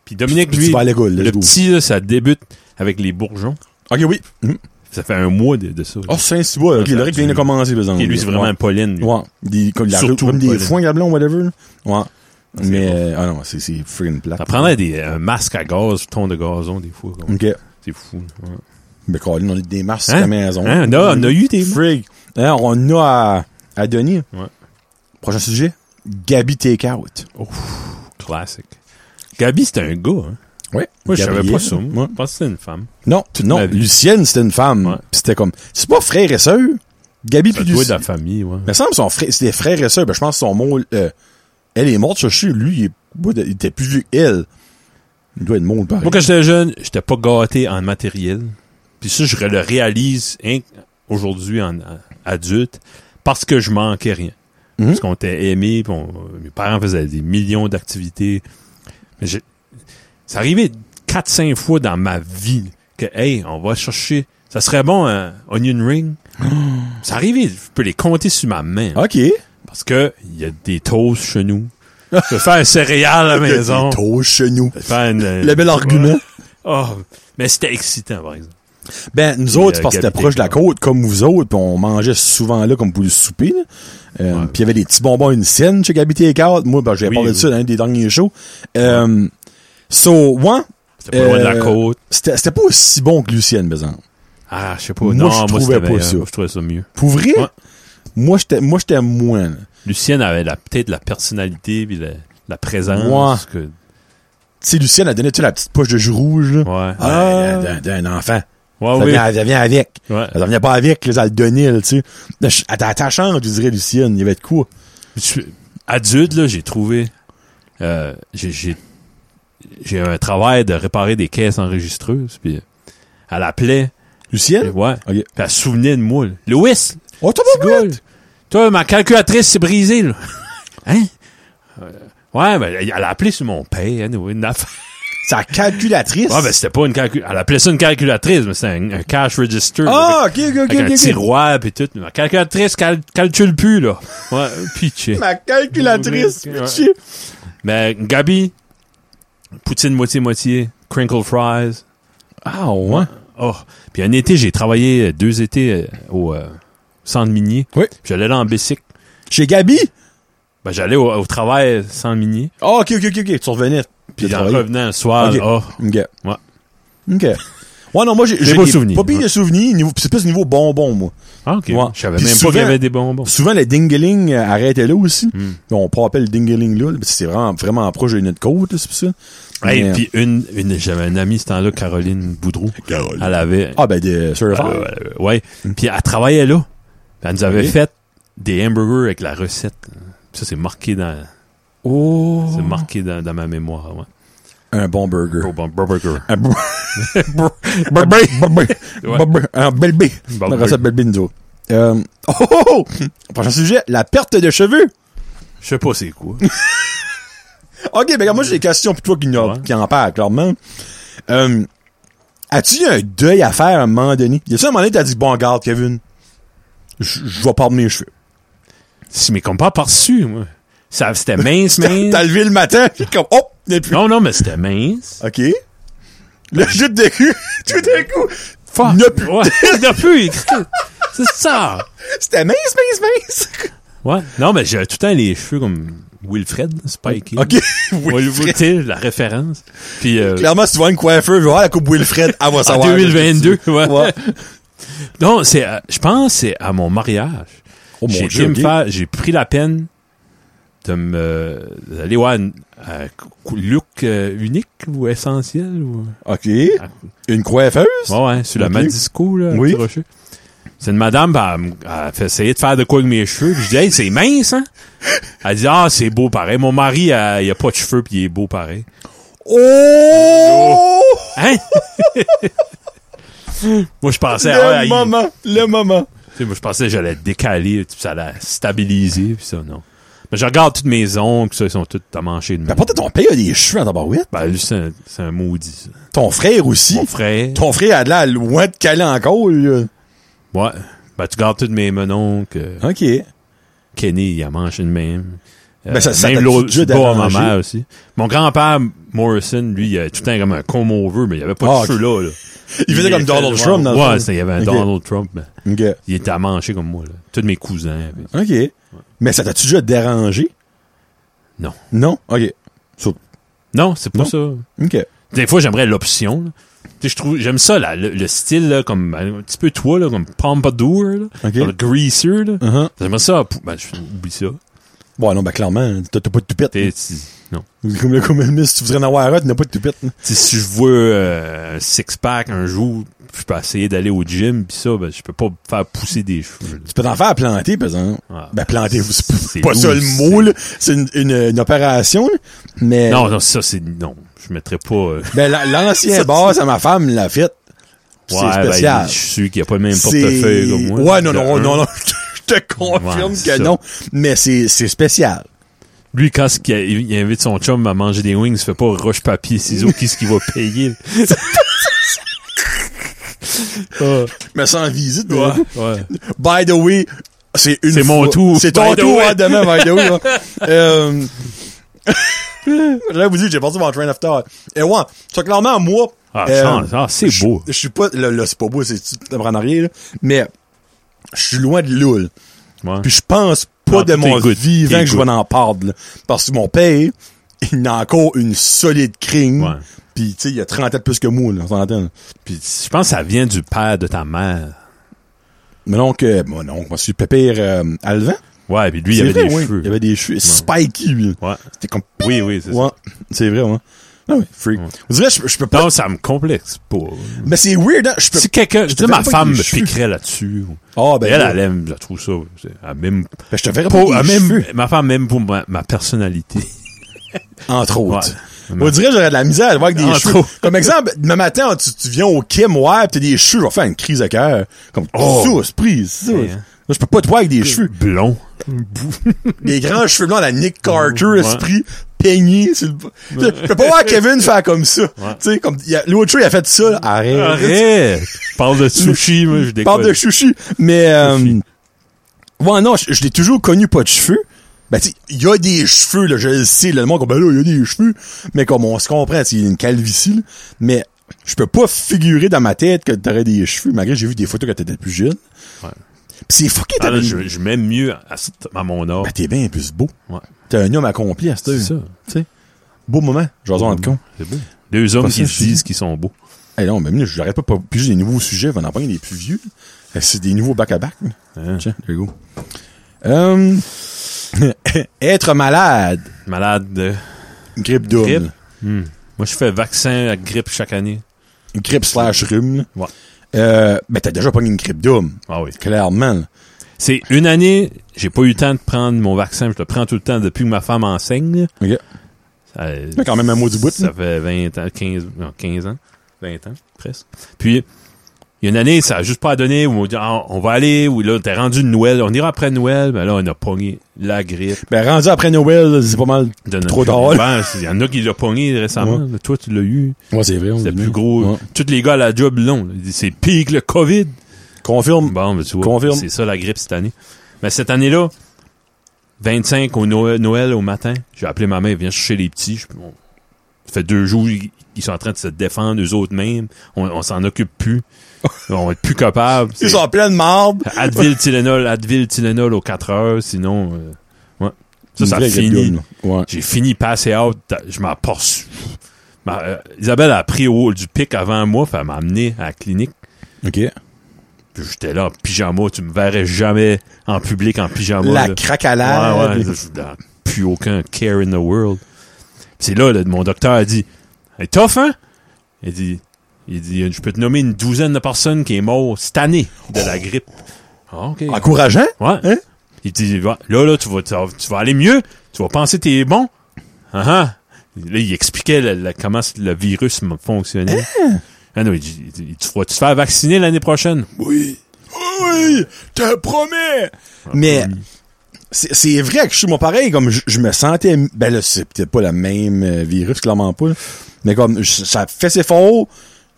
B: Puis Dominique,
A: Puis
B: lui,
A: tu vas à l'école, let's
B: le
A: go.
B: petit, là, ça débute avec les bourgeons.
A: Ok, oui. Mhm.
B: Ça fait un mois de, de ça. là.
A: Ah, c'est un cibois. Ok,
B: Ça,
A: le règle vient de
B: tu-
A: commencer, par exemple.
B: Et lui, c'est vraiment un
A: Ouais.
B: pollen. lui.
A: Ouais. Des, comme, la-
B: Surtout
A: comme
B: le
A: des
B: pollen.
A: foins gablons, whatever. là. Ouais.
B: C'est
A: Mais, euh, ah non, c'est, c'est friggin' plate.
B: Ça prendrait des, euh, un masque à gaz, ton de gazon, des fois. comme.
A: Ok.
B: C'est fou. hein, ouais.
A: Mais, Colin, on a des masques
B: Hein?
A: à la maison.
B: Hein, on, a, on a eu des...
A: Frig. Hein, on a à, à Denis.
B: Ouais.
A: Prochain sujet. Gabi Takeout.
B: Classique. Gabi, c'était un gars. Hein?
A: Ouais.
B: Moi, je savais
A: Gabriel.
B: pas ça. Moi,
A: Ouais.
B: je pensais que c'était une femme.
A: Non, tu- non.
B: Ma vie.
A: Lucienne, c'était une femme.
B: Ouais.
A: Puis c'était comme, c'est pas frère et sœur. Gabi
B: Ça
A: puis
B: doit être de
A: Lucienne.
B: la famille, ouais.
A: Il me semble que son frère, c'était frère et sœur. Ben, je pense que son mot, euh, elle est morte, je sais, lui, il, est- moi, il était plus vieux qu'elle. Il doit être mort, pareil.
B: Moi, quand j'étais jeune, j'étais pas gâté en matériel. Puis ça, je le réalise hein, aujourd'hui en en adulte parce que je manquais rien.
A: Mhm.
B: Parce qu'on était aimé, puis on- mes parents faisaient des millions d'activités. Mais j'ai- ça arrivait 4-5 fois dans ma vie que, hey, on va chercher. Ça serait bon, un onion ring. ça arrivait, je peux les compter sur ma main. hein,
A: OK. Il
B: Parce que il y a des toasts chez nous. Je peux faire un céréal à la
A: y a
B: maison.
A: des taux chez nous.
B: Je peux faire une-
A: Le bel
B: Ouais.
A: argument.
B: Ah, mais c'était excitant, par exemple.
A: Ben, nous autres,
B: euh,
A: parce que c'était
B: Gabi
A: proche de la
B: Takeout.
A: côte, comme vous autres, pis on mangeait souvent là, comme pour le souper, là. Euh,
B: Ouais.
A: Puis il y avait des petits bonbons à une scène chez Gabi Takeout. Moi, ben, j'ai
B: Oui,
A: parlé de
B: oui.
A: ça dans un des derniers shows. Euh, so, ouais,
B: C'était pas loin de la
A: Euh,
B: côte.
A: c'était c'était pas aussi bon que Lucienne, par exemple.
B: Ah, je sais pas.
A: moi,
B: non,
A: je
B: moi,
A: trouvais
B: c'était
A: pas
B: meilleur.
A: ça.
B: Moi, je trouvais ça mieux.
A: Pour vrai,
B: Ouais.
A: moi, j'étais moi j'étais moins. là.
B: Lucienne avait la- peut-être la personnalité puis la, la présence. que-
A: Tu sais, Lucienne, elle donnait tu sais, la petite poche de jus rouge, là.
B: ouais.
A: Ah, d'un- d'un enfant.
B: Ouais,
A: ça,
B: oui.
A: vient, ça vient avec.
B: Ouais.
A: Ça venait pas avec, là, ça le donnait, là, tu sais. Elle était attachante, je dirais, Lucienne. Il y avait de quoi.
B: Je- adulte, là, j'ai trouvé. euh, j'ai- j'ai j'ai un travail de réparer des caisses enregistreuses. Puis elle appelait. puis
A: Lucienne?
B: ouais.
A: Ok.
B: Puis elle se souvenait de moi. là. Louis,
A: Oh, t'as
B: petit
A: pas
B: gars, là, Toi, ma calculatrice s'est brisée, là. Hein? Euh, ouais, ben, elle a appelé sur mon père, anyway, une affaire.
A: Sa calculatrice.
B: Ouais, ben c'était pas une calculatrice. Elle appelait ça une calculatrice, mais c'était un, un cash register. là,
A: Ah, ok, ok, ok,
B: avec avec
A: ok,
B: un
A: ok.
B: tiroir pis tout. Ma calculatrice cal- calcule plus, là. Ouais, pitché.
A: Ma calculatrice,
B: Ouais.
A: pitié.
B: Mais Gabi, poutine moitié-moitié, crinkle fries.
A: Ah, ouais.
B: Oh. Puis un été, j'ai travaillé euh, deux étés euh, au euh, centre minier.
A: Oui.
B: Puis J'allais là en bicycle.
A: Chez Gabi?
B: Ben, j'allais au, au travail sans minier.
A: Ah, ok, ok, ok, ok. Tu revenais.
B: Puis
A: T'as
B: en
A: travaillé.
B: revenant le soir,
A: Ok.
B: oh,
A: Ok.
B: Ouais.
A: Ok. Ouais, non, moi, j'ai, j'ai
B: beaux
A: des-
B: souvenirs.
A: Pas pire de souvenirs. niveau- C'est plus niveau bonbon, moi.
B: Ah, ok.
A: Ouais.
B: Je savais
A: Puis
B: même
A: souvent-
B: pas qu'il y avait des bonbons.
A: Souvent, le dingeling euh, arrêtait là aussi.
B: Hmm.
A: On peut appeler le dingeling là, là, parce que c'est vraiment, vraiment proche de notre côte, là, c'est pour ça.
B: Hey,
A: Mais-
B: puis une, une j'avais un ami ce temps-là, Caroline Boudreau.
A: Carole.
B: Elle avait.
A: Ah, ben, des surfer.
B: elle- elle- ouais. Puis elle travaillait là. Puis Elle nous avait
A: Ok.
B: fait des hamburgers avec la recette. Puis Ça, c'est marqué dans.
A: oh.
B: C'est marqué dans, dans ma mémoire. Ouais.
A: Un bon burger.
B: Bon, bon, burger.
A: Un Ah, br- br- br- Ah, br- br-
B: Ouais.
A: br- br- Un bel B.
B: Bon,
A: On ça
B: burger.
A: bel B, nous autres. Euh, oh, oh, oh. Prochain sujet, la perte de cheveux.
B: Je sais pas c'est quoi.
A: OK, ben regarde, moi j'ai des questions pour toi qui, n'a-
B: Ouais.
A: qui en parle, clairement. Euh, As-tu eu un deuil à faire à un moment donné? Y a-tu un moment donné t'as dit, bon, garde, Kevin, je je vais perdre mes cheveux.
B: si mes compas par-dessus, moi. Ça, c'était mince,
A: T'as
B: mince.
A: t'as levé le matin, pis comme, oh, n'est plus.
B: Non, non, mais c'était mince.
A: OK. Le jus de cul, tout d'un coup,
B: Fuck.
A: N'a plus.
B: Ouais, n'a plus. C'est ça.
A: c'était mince, mince,
B: Ouais. Non, mais j'ai tout le temps les cheveux comme Wilfred, Spike.
A: mince. OK.
B: Will-
A: Wilfred.
B: tu sais, la référence. Puis euh,
A: Clairement, si tu vois une coiffeur, voir la coupe Wilfred, elle va
B: en
A: savoir.
B: 2022. Ouais.
A: Ouais.
B: Donc, c'est, à- je pense, que c'est à mon mariage.
A: Oh
B: j'ai
A: mon
B: été
A: dieu.
B: me
A: ok.
B: faire- j'ai pris la peine de me d'aller voir un, un cou- look euh, unique ou essentiel ou
A: OK. Une coiffeuse?
B: ouais, ouais, sur la
A: Ok.
B: Madisco là, à
A: Oui.
B: Petit Rocher. C'est une madame, ben, elle me- elle fait essayer de faire de quoi avec mes cheveux. Puis je dis, hey, c'est mince, hein? Elle dit, ah, c'est beau pareil. Mon mari, euh, il a pas de cheveux, puis il est beau pareil.
A: Oh!
B: Hein? moi, je pensais, ah,
A: Le
B: il-
A: moment. Le moment.
B: Tu sais, moi, je pensais que j'allais décaler, puis ça allait stabiliser, puis ça, non. Mais je regarde toutes mes ongles, puis ça, ils sont tous amanchés de
A: Mais peut-être ton père a des cheveux en tabarouette.
B: Ben, lui, c'est un, c'est un maudit, ça.
A: Ton frère aussi.
B: Mon frère.
A: Ton frère a de l'air loin de caler encore, lui.
B: Ouais. Ben, tu gardes toutes mes mononcles. euh,
A: OK.
B: Kenny, il a mangé de même. Euh,
A: Ben, ça- ça
B: même
A: t'a
B: l'autre,
A: dû
B: c'est pas à ma
A: déranger.
B: mère aussi. Mon grand-père, Morrison, lui, il a tout le temps comme un comb over, mais il avait pas
A: Ah,
B: de
A: ok.
B: cheveux là, là.
A: Il faisait comme
B: était-
A: Donald
B: ouais,
A: Trump dans le
B: Ouais,
A: film.
B: c'est- il y avait un
A: Ok.
B: Donald Trump, mais
A: OK.
B: il était à manger comme moi, là. Tous mes cousins. puis-
A: OK. Mais ça t'a-tu déjà dérangé?
B: Non.
A: Non? OK. So-
B: Non, c'est pas
A: Non.
B: ça.
A: OK.
B: Des fois, j'aimerais l'option. là. Tu sais, je trouve, j'aime ça, là, le, le style, là, comme un petit peu toi, là, comme Pompadour, là,
A: Ok.
B: comme le greaser. Là.
A: Uh-huh.
B: J'aimerais ça. pou- Ben, je- oublie ça.
A: Bon, non, ben clairement, t'as t'as pas de toupette.
B: T'es- t'es- non.
A: Comme le communiste, tu voudrais en avoir un, tu n'as pas de toupette.
B: T'sais, si je veux euh, un six-pack un jour, je peux essayer d'aller au gym, puis ça, ben, je peux pas faire pousser des cheveux. là.
A: Tu peux t'en faire planter, par exemple.
B: Ah,
A: ben, planter, c'est
B: c'est
A: pas ça
B: doux,
A: le mot, là. C'est une, une, une opération, là. Mais,
B: Non, non, ça, c'est. Non, je mettrais pas. euh,
A: ben, la- l'ancien boss à ma femme l'a fait. C'est
B: ouais, ben,
A: spécial.
B: je suis sûr qu'il n'y a pas le même
A: C'est-
B: portefeuille comme moi.
A: Ouais, non,
B: De
A: non,
B: un.
A: non, non, je te confirme
B: Ouais,
A: que
B: c'est ça.
A: non. Mais c'est c'est spécial.
B: Lui, quand ce qu'il a- il, invite son chum à manger des wings, il fait pas roche papier ciseaux, qu'est-ce qu'il va payer? Ah,
A: Mais sans visite,
B: ouais,
A: ouais.
B: ouais.
A: By the way, c'est une
B: C'est mon
A: fois-
B: tour.
A: C'est ton
B: By the
A: tour
B: way.
A: à demain, by the way. là. euh... J'allais vous dire, j'ai perdu mon train of thought. Et ouais, ça clairement, moi...
B: Ah,
A: euh,
B: chance. Ah, c'est
A: je-
B: beau.
A: Je suis pas... Là, là, c'est pas beau, c'est tu te prends en arrière, là. Mais je suis loin de l'oule.
B: Hein. Ouais.
A: Puis je pense pas
B: Ah,
A: de mon
B: t'es good,
A: vivant
B: t'es
A: que je vais
B: good.
A: en parler. là. Parce que mon père, il a encore une solide crime.
B: Ouais.
A: Puis, tu sais, il a 30 ans de plus que moi, là, on s'entend. là.
B: Puis je pense que ça vient du père de ta mère.
A: Mon oncle, euh, mon oncle, moi, je suis pépère euh, Alvan.
B: Ouais, puis lui, il
A: C'est
B: avait
A: vrai,
B: des
A: oui.
B: cheveux.
A: Il avait des cheveux spiky, lui.
B: Ouais.
A: C'était comme...
B: Oui, oui, c'est
A: Ouais, c'est vrai, ouais. Ah oui, freak.
B: Ouais.
A: On dirait, je, je peux
B: ça.
A: pas...
B: Non, ça me complexe pas.
A: Mais c'est weird, hein? Je peux...
B: Si quelqu'un, je
A: te
B: dis, ma
A: verrais pas
B: femme
A: avec
B: me
A: les cheveux.
B: piquerait là-dessus.
A: Ah, ben,
B: elle,
A: là,
B: elle aime, je trouve ça. c'est- Elle m'aime
A: ben, je te verrais pas
B: pas, elle
A: les
B: m'aime-
A: cheveux,
B: ma femme m'aime pour ma, ma personnalité.
A: entre autres.
B: Ouais.
A: On dirait, j'aurais de la misère à le voir avec des
B: Entre
A: cheveux.
B: autres.
A: Comme exemple, demain matin, tu, tu viens au Kim, ouais, pis t'as des cheveux, je vais faire une crise de cœur. Comme,
B: Oh.
A: sauce, prise, sauce.
B: Ouais, hein.
A: Là, je peux pas te voir avec des cheveux.
B: Blond.
A: Des grands cheveux blancs, la Nick Carter,
B: Ouais.
A: esprit, peigné sur le... Je peux pas voir Kevin faire comme ça. Tu sais, comme, il y a- l'autre cheveu, il a fait ça, là. Arrête.
B: Arrête! Parle de sushi, moi, je décolle.
A: parle de chouchou. Mais, euh,
B: Chouchou.
A: ouais, non, je, je l'ai toujours connu pas de cheveux. Ben, tu sais, il y a des cheveux, là, je le sais, là, le monde, comme, ben là, il y a des cheveux. Mais comme on se comprend, c'est une calvitie, là. Mais, je peux pas figurer dans ma tête que t'aurais des cheveux, malgré que j'ai vu des photos quand t'étais plus jeune.
B: Ouais.
A: Pis c'est fucké,
B: Ah,
A: t'as
B: là,
A: une-
B: je, je m'aime mieux à, à mon âge.
A: Ben, t'es bien plus beau.
B: Ouais.
A: T'es un homme accompli à cette
B: C'est
A: heure.
B: ça.
A: Beau moment. Jason entre con.
B: C'est beau. Deux hommes
A: Pas
B: qui
A: ça,
B: se
A: je dis.
B: disent qu'ils sont beaux.
A: Eh non, mais là, j'arrête pas de piger des nouveaux sujets, on en prendre des plus vieux. Eh, C'est des nouveaux back-à-back. là.
B: Hein?
A: Tiens, there you go. Hum, être malade.
B: Malade de
A: Grippe double.
B: grippe.
A: Grippe,
B: Hmm. Moi, je fais vaccin à grippe chaque année.
A: slash rhume. là.
B: Ouais.
A: Euh, ben, t'as déjà pas une grippe double.
B: Ah oui.
A: Clairement. là.
B: C'est une année, j'ai pas eu le temps de prendre mon vaccin. Je le prends tout le temps depuis que ma femme enseigne.
A: OK.
B: Euh,
A: Mais quand même un mot du bout, hein.
B: Ça
A: là.
B: fait 20 ans, 15, non, 15 ans. 20 ans, presque. Puis, il y a une année, ça a juste pas donné. Où on dit, Ah, on va aller, ou là, t'es rendu de Noël. On ira après Noël. Mais là, on a pogné la grippe.
A: Ben, rendu après Noël, là, c'est pas mal.
B: de notre-
A: Trop drôle.
B: Ben, c'est- Il y en a qui l'ont pogné récemment. Toi, tu l'as eu.
A: Ouais, c'est vrai. on
B: C'était
A: dit
B: plus
A: bien.
B: gros.
A: Ouais.
B: Tous les gars à la job l'ont. Ils disent, C'est pire que le COVID.
A: Confirme.
B: Bon, ben, tu vois,
A: Confirme.
B: c'est ça la grippe cette année. Mais cette année-là, 25 au Noël, Noël au matin, j'ai appelé ma mère, viens chercher les petits. Je, on fait deux jours, ils ils sont en train de se défendre eux autres mêmes. On, on s'en occupe plus. on est plus capable.
A: Ils sont en pleine marbre.
B: Advil Tylenol, Advil Tylenol aux 4 heures, sinon euh, ouais. Ça ça
A: Une vraie
B: finit.
A: gueule, là. Ouais.
B: J'ai fini passer out, ta- je m'en porse. Ma- euh, Isabelle a pris au haut du pic avant moi, puis elle m'a amené à la clinique.
A: OK.
B: Ah, Puis j'étais là en pyjama, tu me verrais jamais en public en pyjama.
A: La
B: là.
A: cracalade.
B: Ouais, ouais, je- dans- plus aucun care in the world. C'est là, là, mon docteur a dit, hey, tough, hein? Il dit, il dit, je peux te nommer une douzaine de personnes qui est mort cette année de la grippe. Ah, ok.
A: Encourageant.
B: Ouais.
A: Hein?
B: Il dit, Va- là, là, tu vas, tu vas- tu vas aller mieux. Tu vas penser que t'es bon. Ah, ah. Là, il expliquait la- la- comment le virus m- fonctionnait.
A: Hein?
B: Ah non, il dit, il dit, tu vas te faire vacciner l'année prochaine.
A: Oui. Oui, te promets.
B: Ah,
A: Mais c'est c'est vrai que je suis moi pareil, comme je, je me sentais, ben là, c'est peut-être pas le même euh, virus, clairement pas, là. mais comme je- ça fait ses fonds,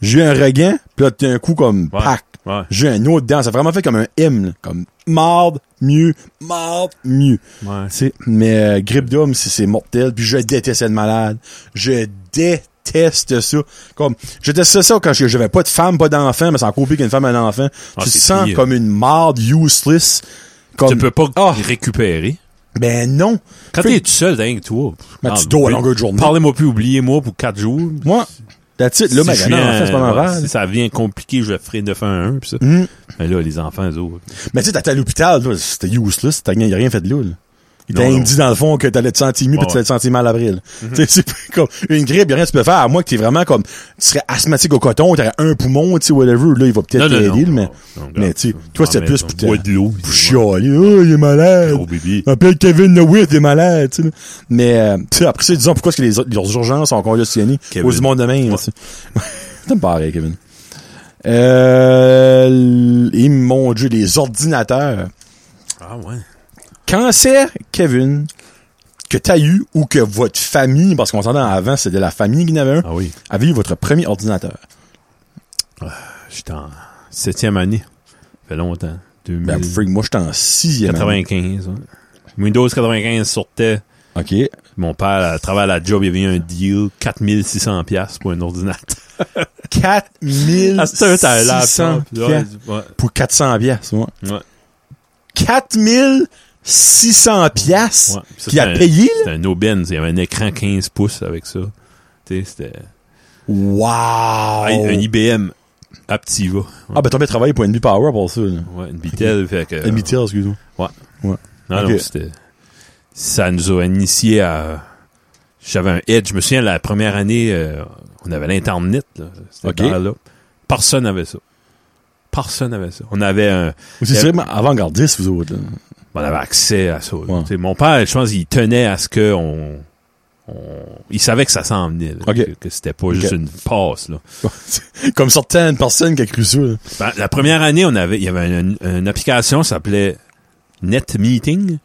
A: j'ai eu un regain, puis là, tout d'un coup, comme,
B: Ouais.
A: pac,
B: Ouais.
A: j'ai eu un autre dedans, ça a vraiment fait comme un hymne, là. comme, marde, mieux, marde, mieux.
B: Ouais.
A: Tu sais, mais euh, grippe d'homme, c'est c'est mortel. Puis je déteste être malade. Je déteste ça. Comme, je détestais ça quand je- j'avais pas de femme, pas d'enfant, mais c'est encore pire qu'une femme et un enfant.
B: Ah,
A: tu te
B: c'est
A: sens
B: pire.
A: comme une marde useless. Comme,
B: Tu peux pas
A: Ah.
B: récupérer.
A: Ben non.
B: Quand
A: Fait-
B: t'es tout seul, dingue, toi.
A: Mais
B: Ah,
A: tu dois à longueur de journée.
B: Parlez-moi plus, oubliez-moi pour 4 jours.
A: Moi, la titre, là,
B: Si
A: mais
B: je
A: non,
B: viens-
A: en fait, c'est pas
B: ouais,
A: normal.
B: si ça devient compliqué, je le ferai 9 à 1, pis ça.
A: Hum.
B: Mais là, les enfants, eux autres.
A: Mais tu sais, t'étais à l'hôpital, là, c'était useless, t'as rien, y a rien fait de là, là. Il t'a
B: Non, non.
A: dit dans le fond que t'allais te sentir mieux
B: Ouais,
A: puis
B: Mhm.
A: tu t'allais te sentir mal après. là. Tu sais, C'est pas comme une grippe, y a rien que tu peux faire. À moins que t'es vraiment comme, tu serais asthmatique au coton, t'aurais un poumon, tu sais, whatever. Là, il va peut-être t'aider, là, mais, mais tu sais, toi, c'est plus pour te,
B: Bois de l'eau.
A: pour Ah. chialer. Oh, il est malade.
B: Gros bébé.
A: Appelle Kevin Lewitt, il est malade, tu sais. là. Mais, euh, tu sais, après ça, disons pourquoi est-ce que les, autres- leurs urgences sont congestionnées.
B: Kevin.
A: Aux du monde de même,
B: Ouais.
A: tu sais. T'aimes pas pareil, Kevin. Euh, l- et mon dieu, les ordinateurs
B: Ah ouais.
A: cancer, Kevin, que t'as eu ou que votre famille, parce qu'on s'entend avant, c'était la famille qui en avait un,
B: Ah oui.
A: avait eu votre premier ordinateur.
B: J'étais Ah, en septième année. Ça fait longtemps.
A: Ben, freak, moi, j'étais en sixième. année.
B: 2095. ouais. Windows 95 sortait.
A: OK.
B: Mon père, à travers la job, il y avait eu un deal 4600$ piastres pour un ordinateur.
A: Ah,
B: Ah,
A: 4600 piastres.
B: Ouais.
A: Pour 400 piastres, ouais.
B: Ouais.
A: 4600 piastres
B: Ouais. Ça,
A: qu'il
B: c'était
A: a
B: un-
A: payé, là?
B: C'était un aubaine. Il y avait un écran 15 pouces avec ça. Tu sais, c'était
A: Wow!
B: Ah,
A: Oh.
B: un IBM Aptiva. Ouais,
A: Ah, ben, t'as bien travaillé pour NB Power pour ça, là.
B: Ouais, une Bitel. Fait que, euh,
A: NB Tier, excuse-moi.
B: Non,
A: Ok.
B: non, c'était. Ça nous a initié à. J'avais un edge. Je me souviens, la première année, euh, on avait l'Internet. là. C'était
A: Ok.
B: par là. Personne n'avait ça. Personne n'avait ça. On avait un.
A: Vous êtes
B: Yep.
A: vraiment avant-gardiste, vous autres, là.
B: On avait accès à ça. là.
A: Ouais.
B: Tu sais, Mon père, je pense, il tenait à ce que on. on- il savait que ça s'en venait. là.
A: Ok.
B: Que, que c'était pas juste une passe. Là.
A: Comme certaines personnes qui a cru ça, là.
B: Ben, la première année, on avait, il y avait une, une application qui s'appelait NetMeeting.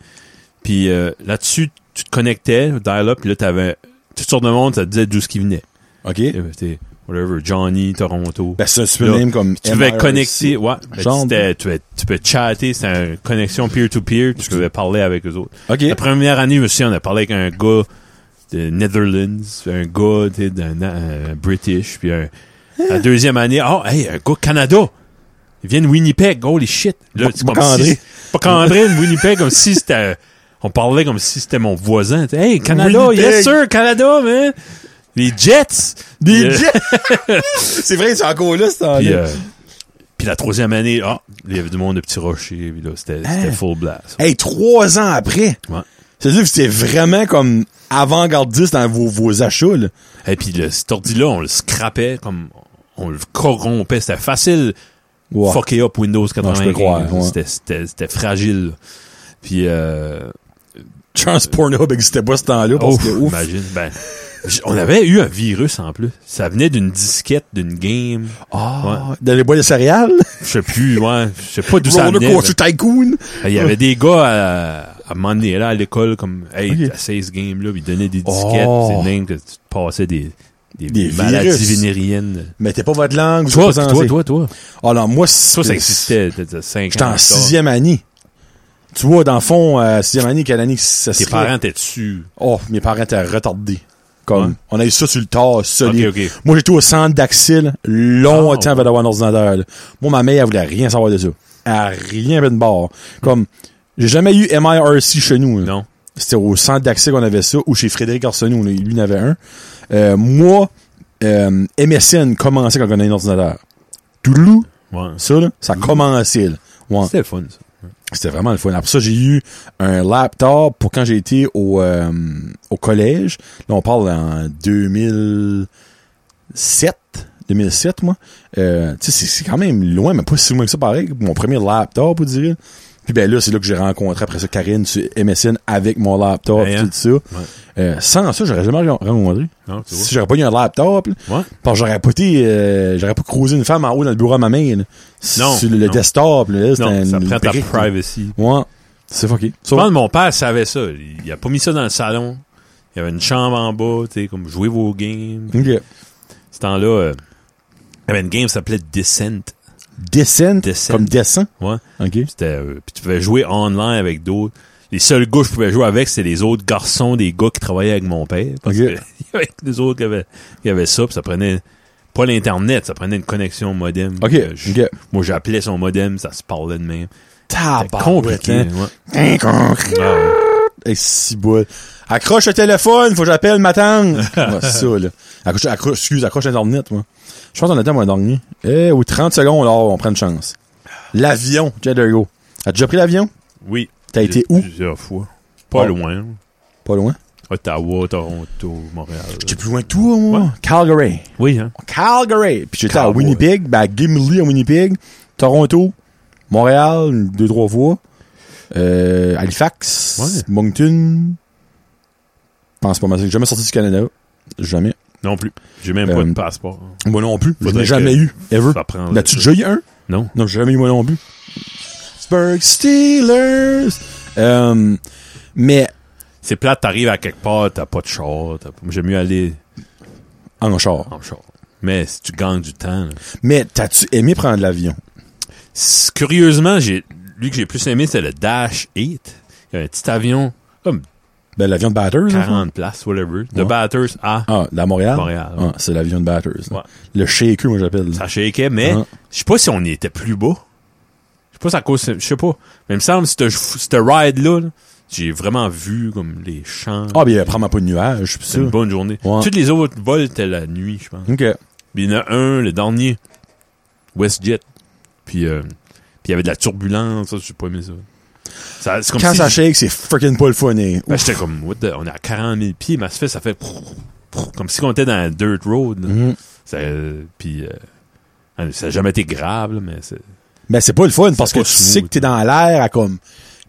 B: Puis euh, là-dessus, tu te connectais, dial-up, puis là, t'avais toutes sortes de monde, ça te disait d'où ce qui venait.
A: OK?
B: Euh, C'était whatever, Johnny, Toronto.
A: Ben, c'est un super
B: Là,
A: name comme
B: tu pouvais
A: MRC.
B: connecter, ouais, ben,
A: Genre de-
B: c'était- tu, pouvais, tu pouvais chatter, c'était une connexion peer-to-peer, tu pouvais parler avec eux autres.
A: OK.
B: La première année, je me souviens, on a parlé avec un gars de Netherlands, un gars tu sais, d'un un British, puis un- la deuxième année, oh, hey, un gars Canada. Il vient de Winnipeg, holy shit. Là,
A: Pas-
B: c'est
A: pas
B: comme si-
A: André.
B: Pas qu'André de Winnipeg, comme si c'était... On parlait comme si c'était mon voisin. Tu sais, Hey, Canada,
A: Winnipeg.
B: yes sir, Canada, man. Les Jets.
A: Des
B: Euh,
A: jets! c'est vrai, c'est encore là, c'est
B: Puis, euh, puis la troisième année, ah, il y avait du monde de Petit Rocher, puis là, c'était c'était
A: Hein?
B: full blast.
A: Hey, trois ans après!
B: Ouais.
A: C'est-à-dire que c'était vraiment comme avant-gardiste dans vos, vos achats, là.
B: Et puis le, cet ordi-là, on le scrapait comme on le corrompait. C'était facile
A: Ouais.
B: fucker up Windows
A: je peux
B: 95.
A: croire, ouais.
B: C'était- C'était c'était fragile. Puis euh,
A: Transpornhub existait pas ce temps-là, parce
B: oh,
A: que, ouf.
B: imagine. Ben, j- on avait eu un virus en plus. Ça venait d'une disquette, d'une game.
A: Ah, dans les bois de céréales?
B: Je sais plus, ouais. Je sais pas d'où ça venait.
A: Roller Coaster Tycoon?
B: mais Il y avait des gars à, à m'emmener là à l'école comme Hey,
A: Ok.
B: à 16 games là, puis ils donnaient des
A: Oh.
B: disquettes, c'est dingue que tu te passais des, des,
A: Des
B: maladies
A: virus.
B: vénériennes.
A: Mettez pas votre langue, vous
B: Toi,
A: êtes pas
B: toi,
A: censé.
B: toi, toi.
A: Ah non, moi,
B: Ça, ça
A: c'est-
B: existait. T'as 5
A: J'étais
B: ans.
A: en sixième année. Tu vois, dans le fond, euh, sixième année, quelle année que ça
B: Tes
A: serait?
B: parents étaient dessus.
A: Oh, mes parents étaient retardés. Comme,
B: Ouais.
A: on a eu ça sur le tard, solide.
B: Ok, ok.
A: Moi, j'étais au centre d'Axil longtemps
B: Ah,
A: avant d'avoir un ordinateur. là. Moi, ma mère, elle voulait rien savoir de ça. Elle a rien fait de barre. Comme, j'ai jamais eu MIRC chez nous. là.
B: Non.
A: C'était au centre d'Axil qu'on avait ça, ou chez Frédéric Arsenault, lui, il en avait un. Euh, moi, euh, MSN commençait quand on a un ordinateur. Touloulou,
B: Ouais.
A: ça, là, ça commençait, là. Ouais.
B: C'était le fun, ça.
A: C'était vraiment le fun. Après ça, j'ai eu un laptop pour quand j'ai été au, euh, au collège. Là, on parle en 2007. 2007, moi. Euh, tu sais, c'est- c'est quand même loin, mais pas si loin que ça, pareil. Mon premier laptop, vous dire. Puis ben là, c'est là que j'ai rencontré après ça Karine sur MSN avec mon laptop
B: Ouais,
A: et
B: hein?
A: tout ça. Euh, sans ça, j'aurais jamais rencontré.
B: Non, tu vois.
A: Si j'aurais pas eu un laptop, là,
B: Ouais.
A: parce que j'aurais pas été, euh, j'aurais pas croisé une femme en haut dans le bureau à ma main, là.
B: Non,
A: Sur le
B: non.
A: desktop, là, c'était
B: Non, ça
A: une
B: prend ta
A: brique, là.
B: privacy.
A: Ouais. C'est fucké.
B: Je
A: Ça
B: pense que mon père savait ça. Il a pas mis ça dans le salon. Il y avait une chambre en bas, tu sais, comme jouer vos games.
A: OK.
B: Ce temps-là, euh, il y avait une game qui s'appelait Descent.
A: Descend,
B: Descend.
A: Comme descend.
B: Ouais.
A: OK.
B: C'était, euh, puis tu pouvais jouer online avec d'autres. Les seuls gars que je pouvais jouer avec, c'était les autres garçons des gars qui travaillaient avec mon père. Parce
A: Ok.
B: que il y avait que les autres qui avaient, qui avaient ça, puis ça prenait pas l'Internet, ça prenait une connexion modem.
A: OK.
B: Euh, je-
A: OK.
B: Moi, j'appelais son modem, ça se parlait de même. C'était
A: Tabarouette,
B: compliqué. Ah,
A: hein.
B: ouais. Ouais.
A: Hey, si boule. Accroche le téléphone, faut que j'appelle ma tante. Ouais, c'est ça, là. Accroche, accroche, excuse, accroche l'internet, moi. Je pense qu'on attend, moi, un dernier. Eh, ou 30 secondes, alors, on prend une chance. L'avion, Jet Go. As-tu déjà pris l'avion?
B: Oui.
A: T'as été où?
B: Plusieurs fois. Pas
A: Oh.
B: loin.
A: Pas loin.
B: Ottawa, Toronto, Montréal.
A: J'étais plus loin que toi, moi. Calgary.
B: Oui, hein?
A: Calgary. Puis j'étais à
B: Cowboy.
A: Winnipeg, ben à Gimli à Winnipeg, Toronto, Montréal, une- deux, trois fois, euh, Halifax,
B: Ouais.
A: Moncton. Je pense pas mal. J'ai jamais sorti du Canada. Jamais.
B: Non plus. J'ai même pas
A: Euh,
B: de passeport.
A: Moi non plus. Je
B: Faudrait
A: n'ai jamais
B: que-
A: eu. Ever.
B: Ça prend-
A: N'as-tu déjà eu un?
B: Non.
A: Non, j'ai jamais eu moi non plus. Pittsburgh Steelers. Euh, mais
B: C'est plate, t'arrives à quelque part, t'as pas de char. t'as pas- J'aime mieux aller
A: en ah char.
B: en char. Mais si tu gagnes du temps. là.
A: Mais t'as-tu aimé prendre l'avion?
B: S- Curieusement, j'ai lui que j'ai plus aimé, c'est le Dash 8. Il y a un petit avion, comme
A: Ben, l'avion de Batters. en fait.
B: 40 places, whatever. De
A: Ouais.
B: Batters à.
A: Ah, la Montréal?
B: Montréal, ouais.
A: Ah, c'est l'avion de Batters. là.
B: Ouais. Ah.
A: Le shaker, moi, j'appelle.
B: Ça shakeait, mais
A: Ouais.
B: je sais pas si on y était plus bas. Je sais pas si à cause. Je sais pas. Mais il me semble que ce ride-là, là, j'ai vraiment vu comme les champs.
A: Ah, ben, il y avait probablement pas de nuages, pis
B: C'est
A: ça.
B: une bonne journée.
A: Ouais.
B: Toutes les autres vols étaient la nuit, je pense.
A: OK.
B: Puis il y en a un, le dernier, WestJet. Puis euh, puis il y avait de la turbulence, ça, j'ai pas aimé ça. Ça, c'est comme
A: Quand
B: si
A: ça shake, c'est freaking pas le fun, hein.
B: Ben, j'étais comme, what the- on est à 40 000 pieds, mais ça fait, ça fait prou- prou- comme si on était dans un dirt road. là.
A: Mhm.
B: Ça, euh, puis, euh, ça n'a jamais été grave, là, mais c'est.
A: Ben, c'est pas le fun, parce que
B: pas
A: tu sais
B: smooth.
A: que t'es dans l'air à comme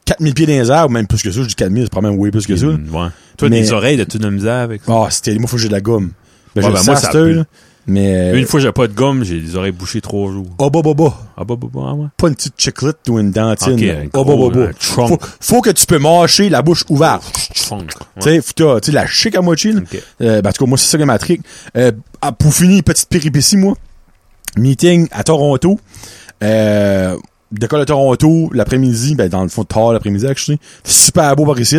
A: 4000 pieds dans les airs, ou même plus que ça. Je dis 4000, c'est probablement way plus que ça. là.
B: Mm, ouais. Toi,
A: Mais-
B: des oreilles, t'as-tu de la misère avec ça?
A: Ah, c'était, moi, faut que j'ai de la gomme. Ben, j'ai
B: Ouais, ben,
A: le
B: moi,
A: sens,
B: ça
A: c'est eux,
B: pue.
A: là. Mais, euh,
B: Une fois, j'ai pas de gomme, j'ai les oreilles bouchées trois jours.
A: oh, bah, bah, bah.
B: Ah, bah, bah, bah, ah, ouais.
A: Pas une petite chiclette ou une dentine.
B: Ok,
A: là.
B: un
A: oh, bah,
B: gros,
A: bah, bah.
B: un trunk.
A: Faut, faut que tu peux mâcher la bouche ouverte.
B: Funk. Oh, Ouais.
A: Tu sais, faut t'as- tu sais, la chic à moitié, là.
B: Ok.
A: Euh, ben, en tout cas, moi, c'est ça que ma trick. Euh, ah, pour finir, petite péripétie, moi. Meeting à Toronto. Euh, décolle à Toronto, l'après-midi, ben, dans le fond, tard l'après-midi, actually. Super beau par ici.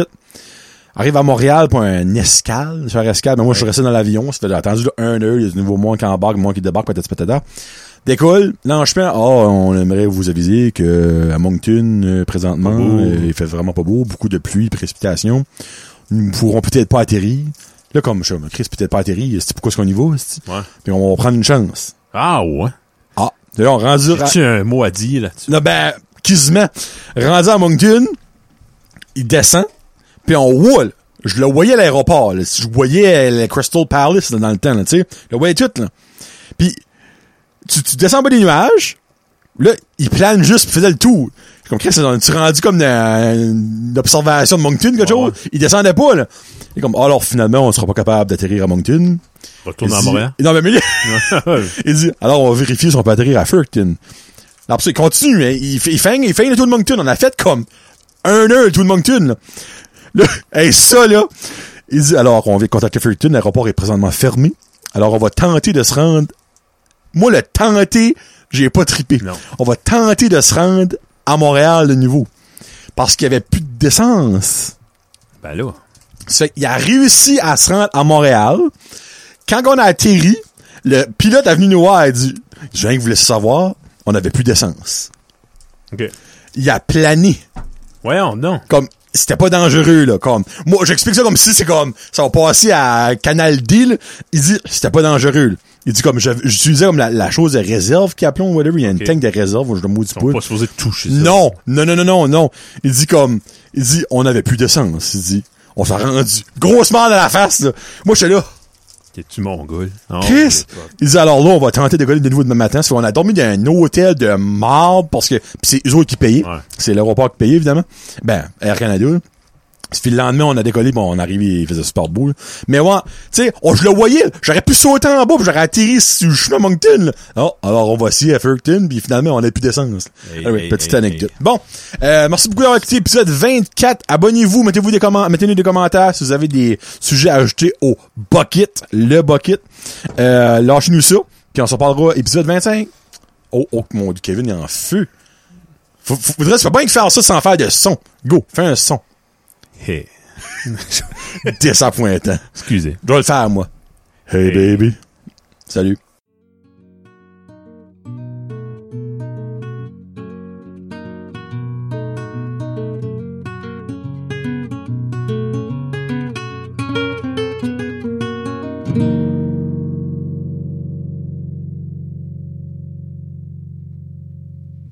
A: Arrive à Montréal pour un escale. Faire escale, mais moi, je suis resté dans l'avion. Ça fait attendu là, un heure. Il y a du nouveau monde qui embarque, moi qui débarque, peut-être, peut-être. Décolle, l'enchaînement. Ah, on aimerait vous aviser que à Moncton, euh, présentement,
B: Pas beau.
A: euh, il fait vraiment pas beau. Beaucoup de pluie, précipitations. Nous ne pourrons peut-être pas atterrir. Là, comme je me Chris peut-être pas atterri, c'est pourquoi est-ce qu'on y va, c'est
B: Ouais.
A: Puis on va prendre une chance.
B: Ah, ouais.
A: Ah, de là, on rendu à...
B: As-tu un mot à dire là-dessus?
A: Là, ben, quasiment. Rendu à Moncton, il descend, puis on roule. Je le voyais à l'aéroport, là. Je voyais euh, le Crystal Palace là, dans le temps, là, tu sais. Je le voyais tout, là. Puis tu, tu descends en bas des nuages, là, il plane juste, puis faisait le tour. Je comprends, c'est dans- tu rendu comme dans une observation de Moncton, quelque
B: Ouais.
A: chose. Il descendait pas, là. Il est comme, alors finalement, on sera pas capable d'atterrir à Moncton.
B: Retourne
A: Il
B: à
A: dit-
B: Montréal?
A: Non, mais, mais il dit, alors on va vérifier si on peut atterrir à Furton. Alors, puis ça, il continue, hein. il, fait- il feigne, il feigne le tour de Moncton. On a fait comme un heure le tour de Moncton, là. Là, hey, ça, là. Il dit, alors, on vient de contacter Furton, l'aéroport est présentement fermé. Alors, on va tenter de se rendre. Moi, le tenter, j'ai pas trippé.
B: Non.
A: On va tenter de se rendre à Montréal de nouveau. Parce qu'il y avait plus d'essence.
B: Ben là.
A: Ça fait qu'il a réussi à se rendre à Montréal. Quand on a atterri, le pilote est venu nous voir et a dit Je viens que vous laisser savoir, on n'avait plus d'essence.
B: OK.
A: Il a plané.
B: Voyons, non.
A: Comme c'était pas dangereux, là. Comme. Moi, j'explique ça comme si c'est comme. Ça va passer à Canal D, là. Il dit c'était pas dangereux. là. Il dit comme je- j'utilisais comme la, la chose de réserve qui appelons whatever. Il y a une
B: Ok.
A: tank de réserve, je le maudis
B: Ils sont
A: pas.
B: pas supposés toucher ça.
A: Non, non, non, non, non, non. Il dit comme, il dit, on n'avait plus d'essence. Il dit, on s'est rendu grossement dans la face. Là. Moi, j'étais là,
B: T'es-tu mongol? Oh,
A: Chris.
B: mais-
A: Il dit alors là, on va tenter de coller de nouveau demain matin. Ça, on a dormi dans un hôtel de marbre parce que pis c'est eux autres qui payaient.
B: Ouais.
A: C'est l'aéroport qui payait évidemment. Ben Air Canada. là. Puis le lendemain, on a décollé, bon, on arrive, il faisait super beau. là. Mais ouais, tu sais, on- je le voyais, là. j'aurais pu sauter en bas, puis j'aurais atterri sur le chemin Moncton. là. Non, alors on va essayer à Ferguson, puis finalement, on n'a plus d'essence.
B: Hey,
A: Anyway,
B: hey,
A: petite
B: hey,
A: anecdote. Bon, euh, merci beaucoup d'avoir écouté l'épisode 24. Abonnez-vous, mettez-vous des commentaires, mettez-nous des commentaires si vous avez des sujets à ajouter au bucket, le bucket. Euh, lâchez-nous ça, puis on se reparlera épisode 25. Oh, oh, mon Dieu, Kevin est en feu. Faut- faut- Faudrait, tu peux bien faire ça sans faire de son. Go, fais un son.
B: Hey.
A: Désappointant.
B: Excusez.
A: Je dois le faire, moi. Hey,
B: Hey.
A: baby. Salut.